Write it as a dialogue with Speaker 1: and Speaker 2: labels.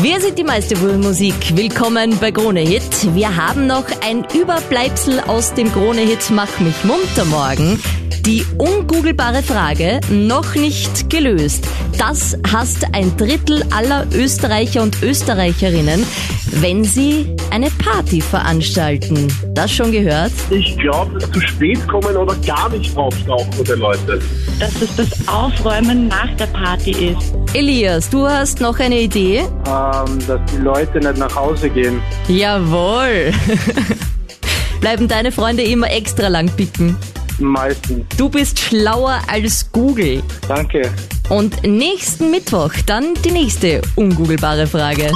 Speaker 1: Wer sieht die meiste Musik? Willkommen bei Krone Hit. Wir haben noch ein Überbleibsel aus dem Krone Hit Mach mich munter morgen. Die ungoogelbare Frage noch nicht gelöst. Das hasst ein Drittel aller Österreicher und Österreicherinnen, wenn sie eine Party veranstalten. Das schon gehört?
Speaker 2: Ich glaube, zu spät kommen oder gar nicht draufstauchen oder Leute.
Speaker 3: dass es das Aufräumen nach der Party ist.
Speaker 1: Elias, du hast noch eine Idee?
Speaker 4: ähm, dass die Leute nicht nach Hause gehen.
Speaker 1: Jawohl. Bleiben deine Freunde immer extra lang picken.
Speaker 4: Meistens.
Speaker 1: Du bist schlauer als Google.
Speaker 4: Danke.
Speaker 1: Und nächsten Mittwoch dann die nächste ungoogelbare Frage.